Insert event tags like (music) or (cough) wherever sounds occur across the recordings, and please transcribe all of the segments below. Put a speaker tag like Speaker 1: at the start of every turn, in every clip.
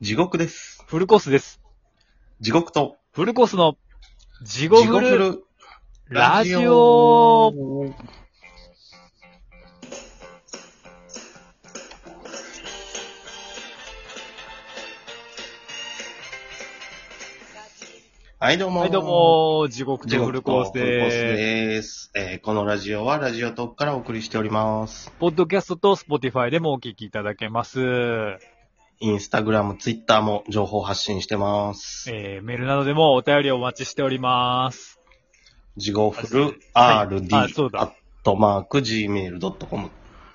Speaker 1: 地獄です。
Speaker 2: フルコースです。
Speaker 1: 地獄と、
Speaker 2: フルコースの地
Speaker 1: 地
Speaker 2: 獄
Speaker 1: 獄
Speaker 2: フル
Speaker 1: る
Speaker 2: ラジオ。
Speaker 1: はい、どうも。
Speaker 2: はい、どう。も、地獄
Speaker 1: 地
Speaker 2: と
Speaker 1: 獄
Speaker 2: フルコース
Speaker 1: とフルコース
Speaker 2: で
Speaker 1: です。えーこのラジオはラジオトークからお送りしております
Speaker 2: す。。ポッドキャストとスポティファイでもお聞きいただけます。え
Speaker 1: インスタグラム、ツイッターも情報発信してます。
Speaker 2: ー、メールなどでもお便りをお待ちしております。
Speaker 1: 地獄フル
Speaker 2: あ
Speaker 1: RD、
Speaker 2: あそうだ
Speaker 1: アットマーク Gmail.com。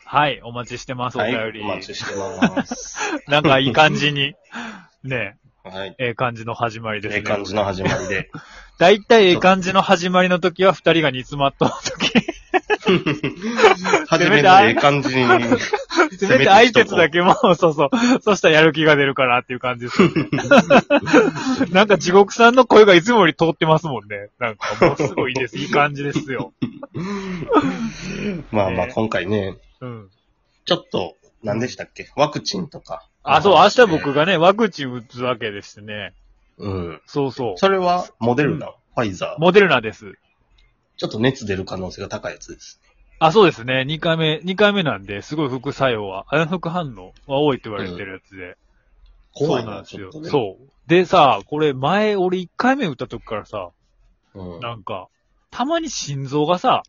Speaker 2: はい、お待ちしてます、お
Speaker 1: はい、
Speaker 2: 便り。
Speaker 1: お待ちしてます。
Speaker 2: (laughs) なんかいい感じに、 (laughs) ね
Speaker 1: はい。
Speaker 2: ええ感じの始まりです
Speaker 1: え
Speaker 2: ね。
Speaker 1: え感じの始まり
Speaker 2: (laughs)
Speaker 1: で。
Speaker 2: だいたいええ感じの始まりの時は二人が煮詰まった時。
Speaker 1: 初めてええ感
Speaker 2: (laughs)
Speaker 1: じに。
Speaker 2: せめて挨拶だけも、 (laughs) そうそう。そしたらやる気が出るかなっていう感じです
Speaker 1: (laughs)
Speaker 2: よね。なんか地獄さんの声がいつもより通ってますもんね。なんかもうすごいいいです。いい感じですよ。
Speaker 1: まあまあ
Speaker 2: ね
Speaker 1: 今回ね、
Speaker 2: うん。
Speaker 1: ちょっと、何でしたっけワクチンとか。
Speaker 2: あ、そう、明日僕
Speaker 1: が。
Speaker 2: がね、ワクチン打つわけですね。
Speaker 1: うん。
Speaker 2: そうそう。
Speaker 1: それは、モデルナ、ファイザー。
Speaker 2: モデルナです。
Speaker 1: ちょっと熱出る可能性が高いやつです。
Speaker 2: あ、そうですね。2回目、二回目なんで、すごい副作用は、あ副反応は多いって言われてるやつで。
Speaker 1: 怖い
Speaker 2: そうなん
Speaker 1: な、
Speaker 2: です
Speaker 1: ちょ
Speaker 2: よ
Speaker 1: っと。ね。
Speaker 2: そう。でさ、これ前、俺1回目打った時からさ、
Speaker 1: うん。
Speaker 2: なんか、たまに心臓がさ、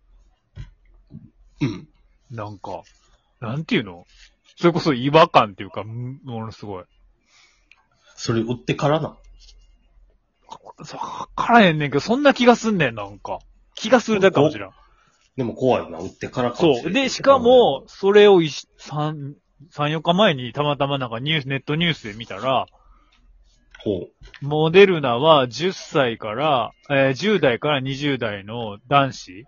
Speaker 1: うん。
Speaker 2: なんか、なんていうのそれこそ違和感っていうか、んものすごい。
Speaker 1: それ売ってからな。
Speaker 2: そわからへんねんけど、そんな気がすんねん、なんか。気がするだけかもしれん。
Speaker 1: でも怖いな、売ってからかもし
Speaker 2: そ
Speaker 1: れ
Speaker 2: う。
Speaker 1: ない
Speaker 2: で、しかも、、それをいし三、三、四日前にたまたまなんかニュース、ネットニュースで見たら、
Speaker 1: ほ
Speaker 2: モデルナは10歳から、えー10代から20代の男子、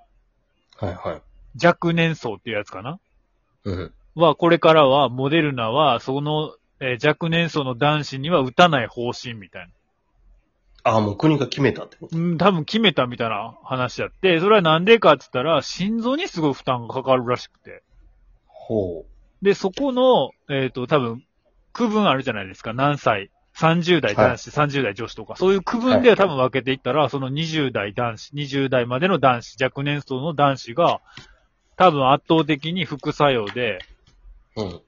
Speaker 1: う。はいはい。
Speaker 2: 若年層っていうやつかな
Speaker 1: うん。
Speaker 2: は、これからは、モデルナは、その、えー若年層の男子には打たない方針みたいな。
Speaker 1: ああ、もう国が決めたってこと。
Speaker 2: うん、多分決めたみたいな話やって、それはなんでかって言ったら、心臓にすごい負担がかかるらしくて。
Speaker 1: ほう。
Speaker 2: で、そこの、えっ、と、多分、区分あるじゃないですか、何歳。30代男子、30代女子とか、そういう区分では多分分けていったら、その20代男子、20代までの男子、若年層の男子が、多分圧倒的に副作用で、
Speaker 1: うん。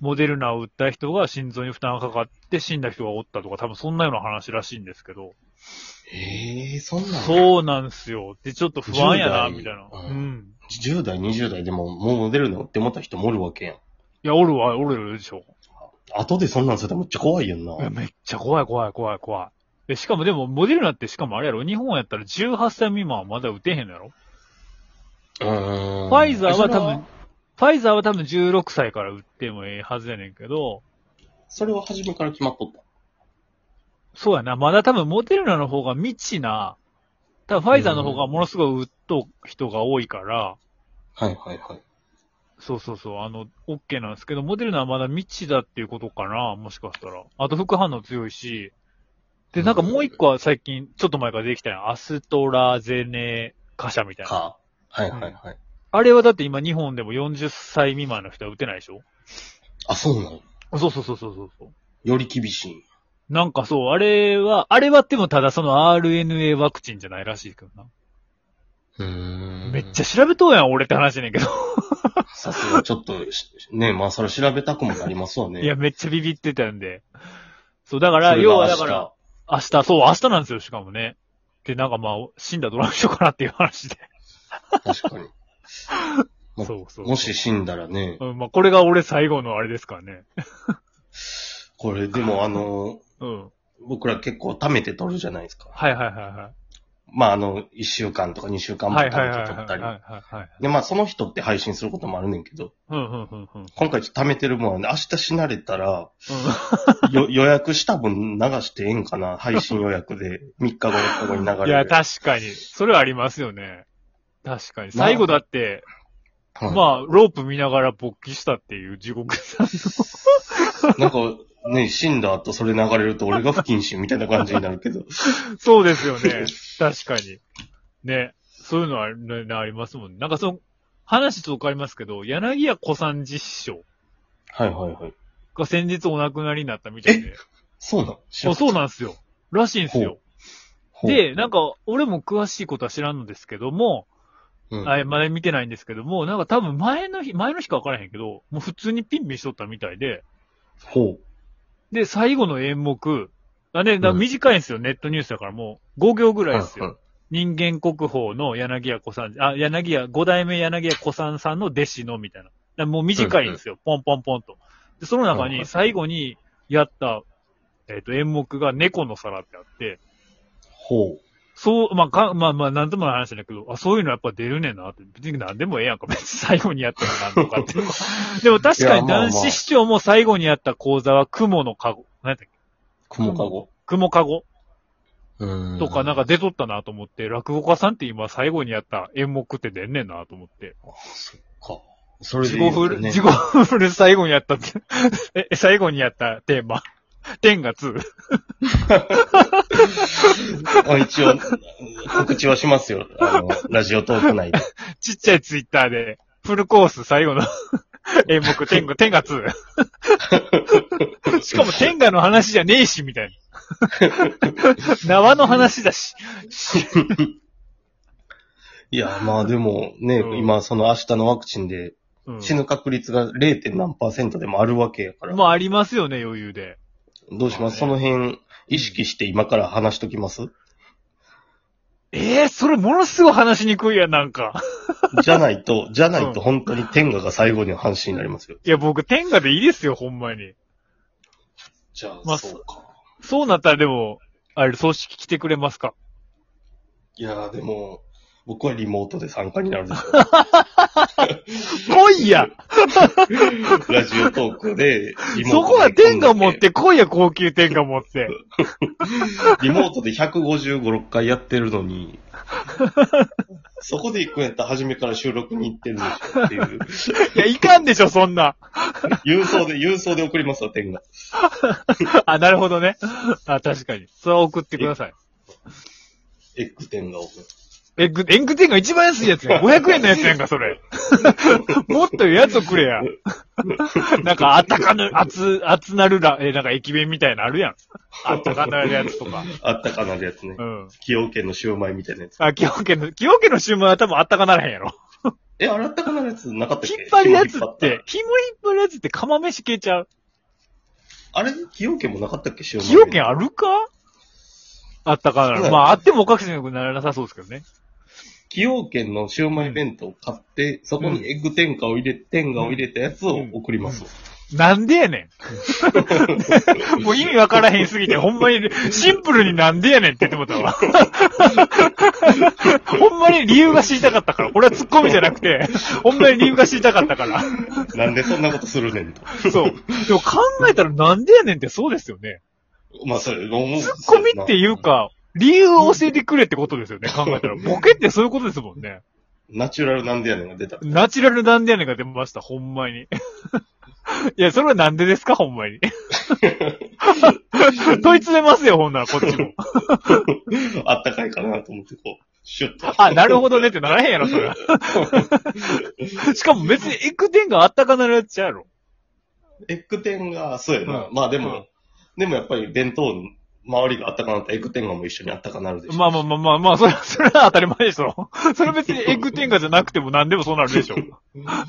Speaker 2: モデルナを打った人が心臓に負担がかかって死んだ人がおったとか、多分そんなような話らしいんですけど。
Speaker 1: ええそんなん
Speaker 2: そうなんすよ。で、ちょっと不安やな、
Speaker 1: 10代
Speaker 2: みたいな。
Speaker 1: うん
Speaker 2: うん。
Speaker 1: 10代、20代でも、もうモデルナ売ってもった人もおるわけやん。
Speaker 2: いや、おるわ、おるでしょ。
Speaker 1: 後でそんなんするとめっちゃ怖いやんな。
Speaker 2: いや、めっちゃ怖い、怖い、怖い、怖い。で、しかもでも、モデルナってしかもあれやろ、日本やったら18歳未満はまだ打てへんのやろ、
Speaker 1: フ
Speaker 2: ファイザーは多分、ファイザーは多分16歳から打ってもええはずやねんけど、
Speaker 1: それは初めから決まっとった。
Speaker 2: そうやな、まだ多分モデルナの方が未知な、多分ファイザーの方がものすごい打っとく人が多いから、
Speaker 1: はいはいはい。
Speaker 2: そうそうそう、あの、OK なんですけど、モデルナはまだ未知だっていうことかな、もしかしたら。あと副反応強いし、で、なんかもう一個は最近、ちょっと前からできたやん。アストラゼネカ社みたいな。
Speaker 1: か。はいはいはい。
Speaker 2: あれはだって今日本でも40歳未満の人は打てないでしょ
Speaker 1: あ、そうなの
Speaker 2: そうそうそうそうそうそう。
Speaker 1: より厳しい。
Speaker 2: なんかそう、あれは、あれはでもただその RNA ワクチンじゃないらしいけどな。
Speaker 1: うーん
Speaker 2: めっちゃ調べとうやん、俺って話やねんけど。
Speaker 1: ゃ。さすがちょっとし、ねまあそれ調べたくもなりますわね。
Speaker 2: いや、めっちゃビビってたんで。そう、だから、
Speaker 1: それが明日、
Speaker 2: 要はだから、明日、そう、明日なんですよ、しかもね。で、なんかまあ、死んだらどないしようかなっていう話で。
Speaker 1: 確かに。も
Speaker 2: そうそう。
Speaker 1: もし死んだらね
Speaker 2: う、ん、まあ、これが俺最後のあれですからね。
Speaker 1: これでもあの、
Speaker 2: うん。
Speaker 1: 僕ら結構貯めて取るじゃないですか。
Speaker 2: はいはいはいは
Speaker 1: まああの、1週間とか2週間
Speaker 2: い。
Speaker 1: も
Speaker 2: は
Speaker 1: 貯
Speaker 2: いはいはい
Speaker 1: め
Speaker 2: は
Speaker 1: て
Speaker 2: い
Speaker 1: 取っ
Speaker 2: は
Speaker 1: た
Speaker 2: い
Speaker 1: り。
Speaker 2: はいはい。
Speaker 1: で、まあその人って配信することもあるねんけど、
Speaker 2: うんうんうん
Speaker 1: (laughs)
Speaker 2: うん。うん。
Speaker 1: 今回ちょっと貯めてるもんなんで、明日死なれたら、
Speaker 2: (laughs)
Speaker 1: よ予約した分流してええんかな配信予約で。3日後、4日後に流れる。
Speaker 2: いや、確かに。それはありますよね。確かに。最後だって、
Speaker 1: はい
Speaker 2: まあ、ロープ見ながら勃起したっていう地獄 (laughs) さん。
Speaker 1: なんか、ね、死んだ後それ流れると俺が不謹慎みたいな感じになるけど。
Speaker 2: そうですよね。確かに。ね。そういうのはね、ねありますもんね。なんかその、話ちょっと変わりますけど、柳家小さん実証
Speaker 1: はいはいはい。
Speaker 2: が先日お亡くなりになったみたいで。
Speaker 1: そうなの知ら
Speaker 2: あ
Speaker 1: ん
Speaker 2: そうなんですよ。らしいんですよ。
Speaker 1: ほう
Speaker 2: で、なんか、俺も詳しいことは知らんのですけども、
Speaker 1: うん
Speaker 2: あまだ見てないんですけども、なんか多分前の日、前の日か分からへんけど、もう普通にピンピンしとったみたいで、
Speaker 1: ほう。
Speaker 2: で、最後の演目、あね、だ
Speaker 1: うん
Speaker 2: 短いんですよ、ネットニュースだからもう5行ぐらいですよ。
Speaker 1: うんうん
Speaker 2: 人間国宝の柳家小さん、あ、柳家、五代目柳家小さんさんの弟子のみたいな。だからもう短いんですよ、ポンポンポンと。で、その中
Speaker 1: はいは
Speaker 2: に
Speaker 1: い
Speaker 2: 最後にやった、えっ、と、演目が猫の皿ってあって、
Speaker 1: ほ
Speaker 2: そう、まあ、か、まあまあ、なんともない話だけど、あ、そういうのやっぱ出るねんなって。別に何でもええやんか。別に最後にやったらなんとかって。
Speaker 1: (laughs)
Speaker 2: でも確
Speaker 1: い
Speaker 2: かに
Speaker 1: やまあまあ
Speaker 2: 男子市長も最後にやった講座は雲の籠。何やったっけ
Speaker 1: う。雲かご。
Speaker 2: 雲籠
Speaker 1: うん
Speaker 2: とかなんか、出とったなと思って、落語家さんって今最後にやった演目って出んねんなと思って。
Speaker 1: そっか。それ
Speaker 2: 自
Speaker 1: で言
Speaker 2: 己
Speaker 1: うと
Speaker 2: フ
Speaker 1: ね、
Speaker 2: ル、自己フル最後にやったって、 (laughs) え、最後にやったテーマ。天が2。
Speaker 1: あ一応、告知はしますよ。あの、ラジオトーク内で。
Speaker 2: ちっちゃいツイッターで、フルコース最後の演目、天が、天が2。しかも天下の話じゃねえし、みたい
Speaker 1: (laughs)
Speaker 2: な。縄の話だし。
Speaker 1: いや、まあでもね、
Speaker 2: うん
Speaker 1: 今その明日のワクチンで
Speaker 2: うん、
Speaker 1: 死ぬ確率が 0. 何パーセントでもあるわけやから。
Speaker 2: まあありますよね、余裕で。
Speaker 1: どうします、
Speaker 2: まあ
Speaker 1: その辺、意識して今から話しときます
Speaker 2: ええそれものすごい話しにくいやん、なんか。
Speaker 1: じゃないと、じゃな
Speaker 2: う
Speaker 1: い
Speaker 2: ん
Speaker 1: と本当に天下が最後にの話になりますよ。
Speaker 2: いや、僕、天下でいいですよ、ほんまに。
Speaker 1: じゃあ、
Speaker 2: まあ
Speaker 1: そうか。
Speaker 2: そうなったらでも、あれ、葬式来てくれますか
Speaker 1: いやーでも、僕はリモートで参加になるでし
Speaker 2: (laughs)
Speaker 1: ょ
Speaker 2: 来いや
Speaker 1: う。ラジオトークで、リ
Speaker 2: そこは天下持っ。て来いや、高級天下持って。
Speaker 1: リモートで155、6回やってるの
Speaker 2: (laughs)
Speaker 1: に、そこで行くんやったら初めから収録に行ってるでしょっていう。
Speaker 2: いや、いかんでしょ、そんな。
Speaker 1: 郵送で、郵送で送りますわ、天が。
Speaker 2: あ、なるほどね。あ、確かに。それは送ってください。
Speaker 1: エッグ天が送る。
Speaker 2: エッグ、エッグ天が一番安いやつや。500円のやつやんか、それ。 (laughs) もっといいやつをくれや。 (laughs) なんか、あったかぬ、熱、熱なるら、え、なんか駅弁みたいなのあるやん。あったかなるやつとか。
Speaker 1: あったかなるやつね
Speaker 2: う。ん。
Speaker 1: 崎陽軒のシューマイみたいなやつ。
Speaker 2: あ、清家の、清家のシューマイは多分あったかならへんやろ。
Speaker 1: え、あれあったかなるやつなかったっけ
Speaker 2: 引っ張るやつ
Speaker 1: 紐引
Speaker 2: っ
Speaker 1: 張た
Speaker 2: て、紐引っ張るやつって釜飯消えちゃう。
Speaker 1: あれ崎陽軒もなかったっけシューマイ。
Speaker 2: 崎陽軒あるかあったか
Speaker 1: そ
Speaker 2: な
Speaker 1: うだ
Speaker 2: ら。
Speaker 1: よ
Speaker 2: まあ、あってもおかしくならなさそうですけどね。
Speaker 1: 崎陽軒のシューマイ弁当を買って、そこにエッグ天下を入れ、天下を入れたやつを送ります。
Speaker 2: なんでやねん。もう意味わからへんすぎて、ほんまにシンプルになんでやねんって言ってもたわ。ほんまに理由が知りたかったから。俺はツッコミじゃなくて、ほんまに理由が知りたかったから。
Speaker 1: なんでそんなことするねんと。
Speaker 2: そう。でも考えたらなんでやねんってそうですよね。
Speaker 1: まあ、それ、もう。ツ
Speaker 2: ツッコミっていう。か、理由を教えてくれってことですよね、考えたら。ボケってそういうことですもんね。
Speaker 1: ナチュラルなんでやねんが出た。
Speaker 2: ナチュラルなんでやねんが出ました、ほんまに。い (laughs) や、それはなんでですか、ほんまに。 (laughs) 問い詰めますよ、ほんなら、こっちも。
Speaker 1: あったかいかなと思って、こう、シュッと。
Speaker 2: あ、なるほどねってならへんやろ、それは。しかも別にエッグ点があったかなるやつちゃうやろ。
Speaker 1: エッグ天が、そうやな。
Speaker 2: う
Speaker 1: まあで
Speaker 2: う
Speaker 1: も、でもやっぱり弁当の周りがあったかなったら、エッグ天下も一緒にあったかなるでしょ。
Speaker 2: まあまあまあまあまあ、それは、それは当たり前でしょ。それは別にエッグ点がじゃなくても何でもそうなるでしょ。
Speaker 1: まあ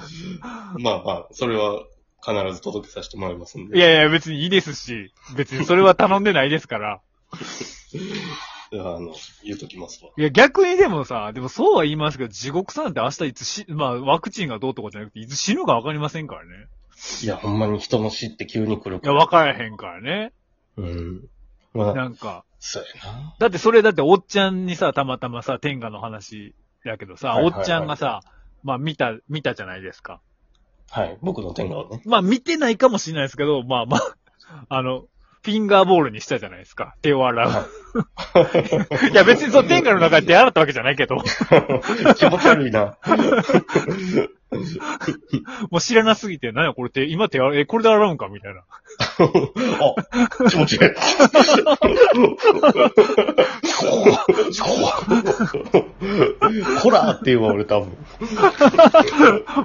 Speaker 1: まあ、それは必ず届けさせてもらいますんで。
Speaker 2: いやいや、別にいいですし、別にそれは頼んでないですから。
Speaker 1: いやあの、言うときますわ。
Speaker 2: いや、逆にでもさ、でもそうは言いますけど、地獄さんって明日いつし、まあ、ワクチンがどうとかじゃなくて、いつ死ぬかわかりませんからね。
Speaker 1: いや、ほんまに人の死って急に来る
Speaker 2: い
Speaker 1: か
Speaker 2: や、
Speaker 1: ら。
Speaker 2: わからへんからね。
Speaker 1: うん。まあ、
Speaker 2: なんか。
Speaker 1: そうやな。
Speaker 2: だってそれだっておっちゃんにさ、たまたまさ、天下の話だけどさ、
Speaker 1: はいはいはい
Speaker 2: おっちゃんがさ、まあ見た、見たじゃないですか。
Speaker 1: はい、僕の天下をね。
Speaker 2: まあ見てないかもしれないですけど、まあ (laughs) まあ、あの、フィンガーボールにしたじゃないですか。手を洗う。 (laughs) いや別にその天下の中で手洗ったわけじゃないけど、
Speaker 1: 気持ち悪い
Speaker 2: (laughs)
Speaker 1: な。
Speaker 2: もう知らなすぎて、なやこれ手、今手洗う、え、これで洗うんかみたいな。
Speaker 1: あ、気持ち
Speaker 2: (laughs)
Speaker 1: 悪い。ホラーって言うわ、俺多分。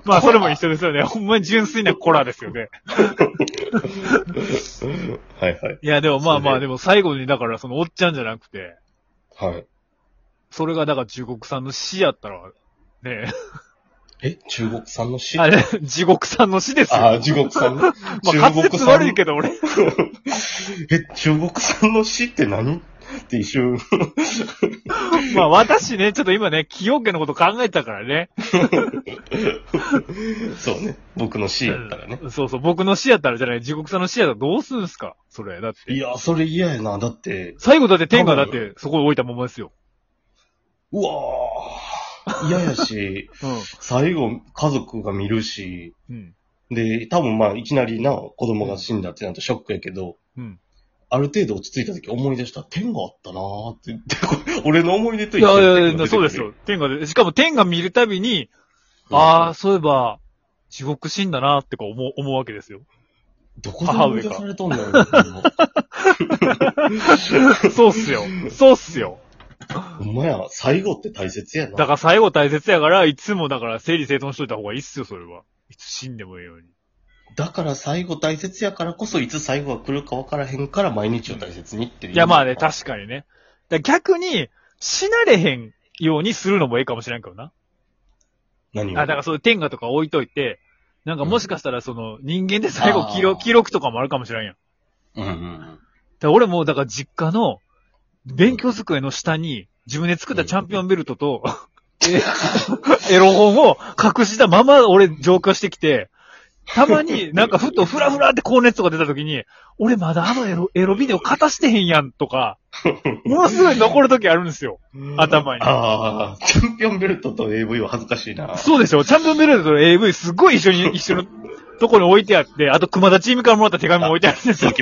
Speaker 2: まあそれも一緒ですよね。ほんまに純粋なコラですよね。
Speaker 1: はいはい。
Speaker 2: いや、でもまあま
Speaker 1: そ
Speaker 2: あ、
Speaker 1: れ
Speaker 2: でも最後にだからそのおっちゃんじゃなくて、
Speaker 1: はい。
Speaker 2: それがだから中国産の死やったら、ね
Speaker 1: え、中国産の
Speaker 2: え、
Speaker 1: 死
Speaker 2: あ
Speaker 1: あ
Speaker 2: れ、地獄産の死ですよ。
Speaker 1: あー、中国産の。
Speaker 2: (laughs) まあ、滑舌悪いけど俺。
Speaker 1: え、中国産の死って何って一瞬。 (laughs)
Speaker 2: まあ私ね、ちょっと今ね、崎陽軒のこと考えてたからね。
Speaker 1: そうね。僕の死やったらね。
Speaker 2: うんそうそう、僕の死やったらじゃない、地獄さんの死やったらどうすんすかそれ、だって。
Speaker 1: いや、それ嫌やな。だって、
Speaker 2: 最後だって天下だって、そこに置いたままですよ。
Speaker 1: うわー嫌や
Speaker 2: (laughs)
Speaker 1: し、
Speaker 2: う
Speaker 1: 最後家族が見るし、
Speaker 2: ん。うん。
Speaker 1: で、多分まあ、いきなりな、子供が死んだってなるとショックやけど、
Speaker 2: うん。
Speaker 1: ある程度落ち着いた時思い出したら、天があったなーって言って、 (laughs) これ俺の思い出と
Speaker 2: い
Speaker 1: 一
Speaker 2: や
Speaker 1: 緒
Speaker 2: い
Speaker 1: に
Speaker 2: や
Speaker 1: 天が
Speaker 2: いや、
Speaker 1: 出て
Speaker 2: そ
Speaker 1: く
Speaker 2: う
Speaker 1: る
Speaker 2: ですよ。天下で。しかも天下見るたびに、
Speaker 1: うん
Speaker 2: ああ、そういえば、地獄死んだなってこう思う、思うわけですよ。
Speaker 1: どこで思い出されとんだよ。ほ
Speaker 2: (laughs) そうっすよ。そうっすよ。
Speaker 1: んまや、最後って大切やな。
Speaker 2: だから最後大切やから、いつもだから整理整頓しといた方がいいっすよ、それは。いつ死んでもいいように。
Speaker 1: だから最後大切やからこそ、いつ最後が来るか分からへんから、毎日を大切にっていう。
Speaker 2: いや、まあね、確かにね。だから逆に、死なれへんようにするのもええかもしれんけどな。
Speaker 1: 何を
Speaker 2: あ、だからそういう天下とか置いといて、なんかもしかしたらその人間で最後
Speaker 1: あー
Speaker 2: 記録、記録とかもあるかもしれんやん。だか
Speaker 1: うんうんうん。
Speaker 2: ら俺もだから実家の勉強机の下に自分で作ったチャンピオンベルトと、 (laughs) エロ本を隠したまま俺上京してきて、たまになんかふとフラフラって高熱とか出た時に、俺まだあのエロ、エロビデオ勝たしてへんやんとか、ものすごい残る時あるんですよ。頭に。
Speaker 1: ああ、チャンピオンベルトと AV は恥ずかしいな。
Speaker 2: そうでしょチャンピオンベルトと AV すっごい一緒に、一緒のとこに置いてあって、あと熊田チームからもらった手紙も置いてあるんですよ。
Speaker 1: き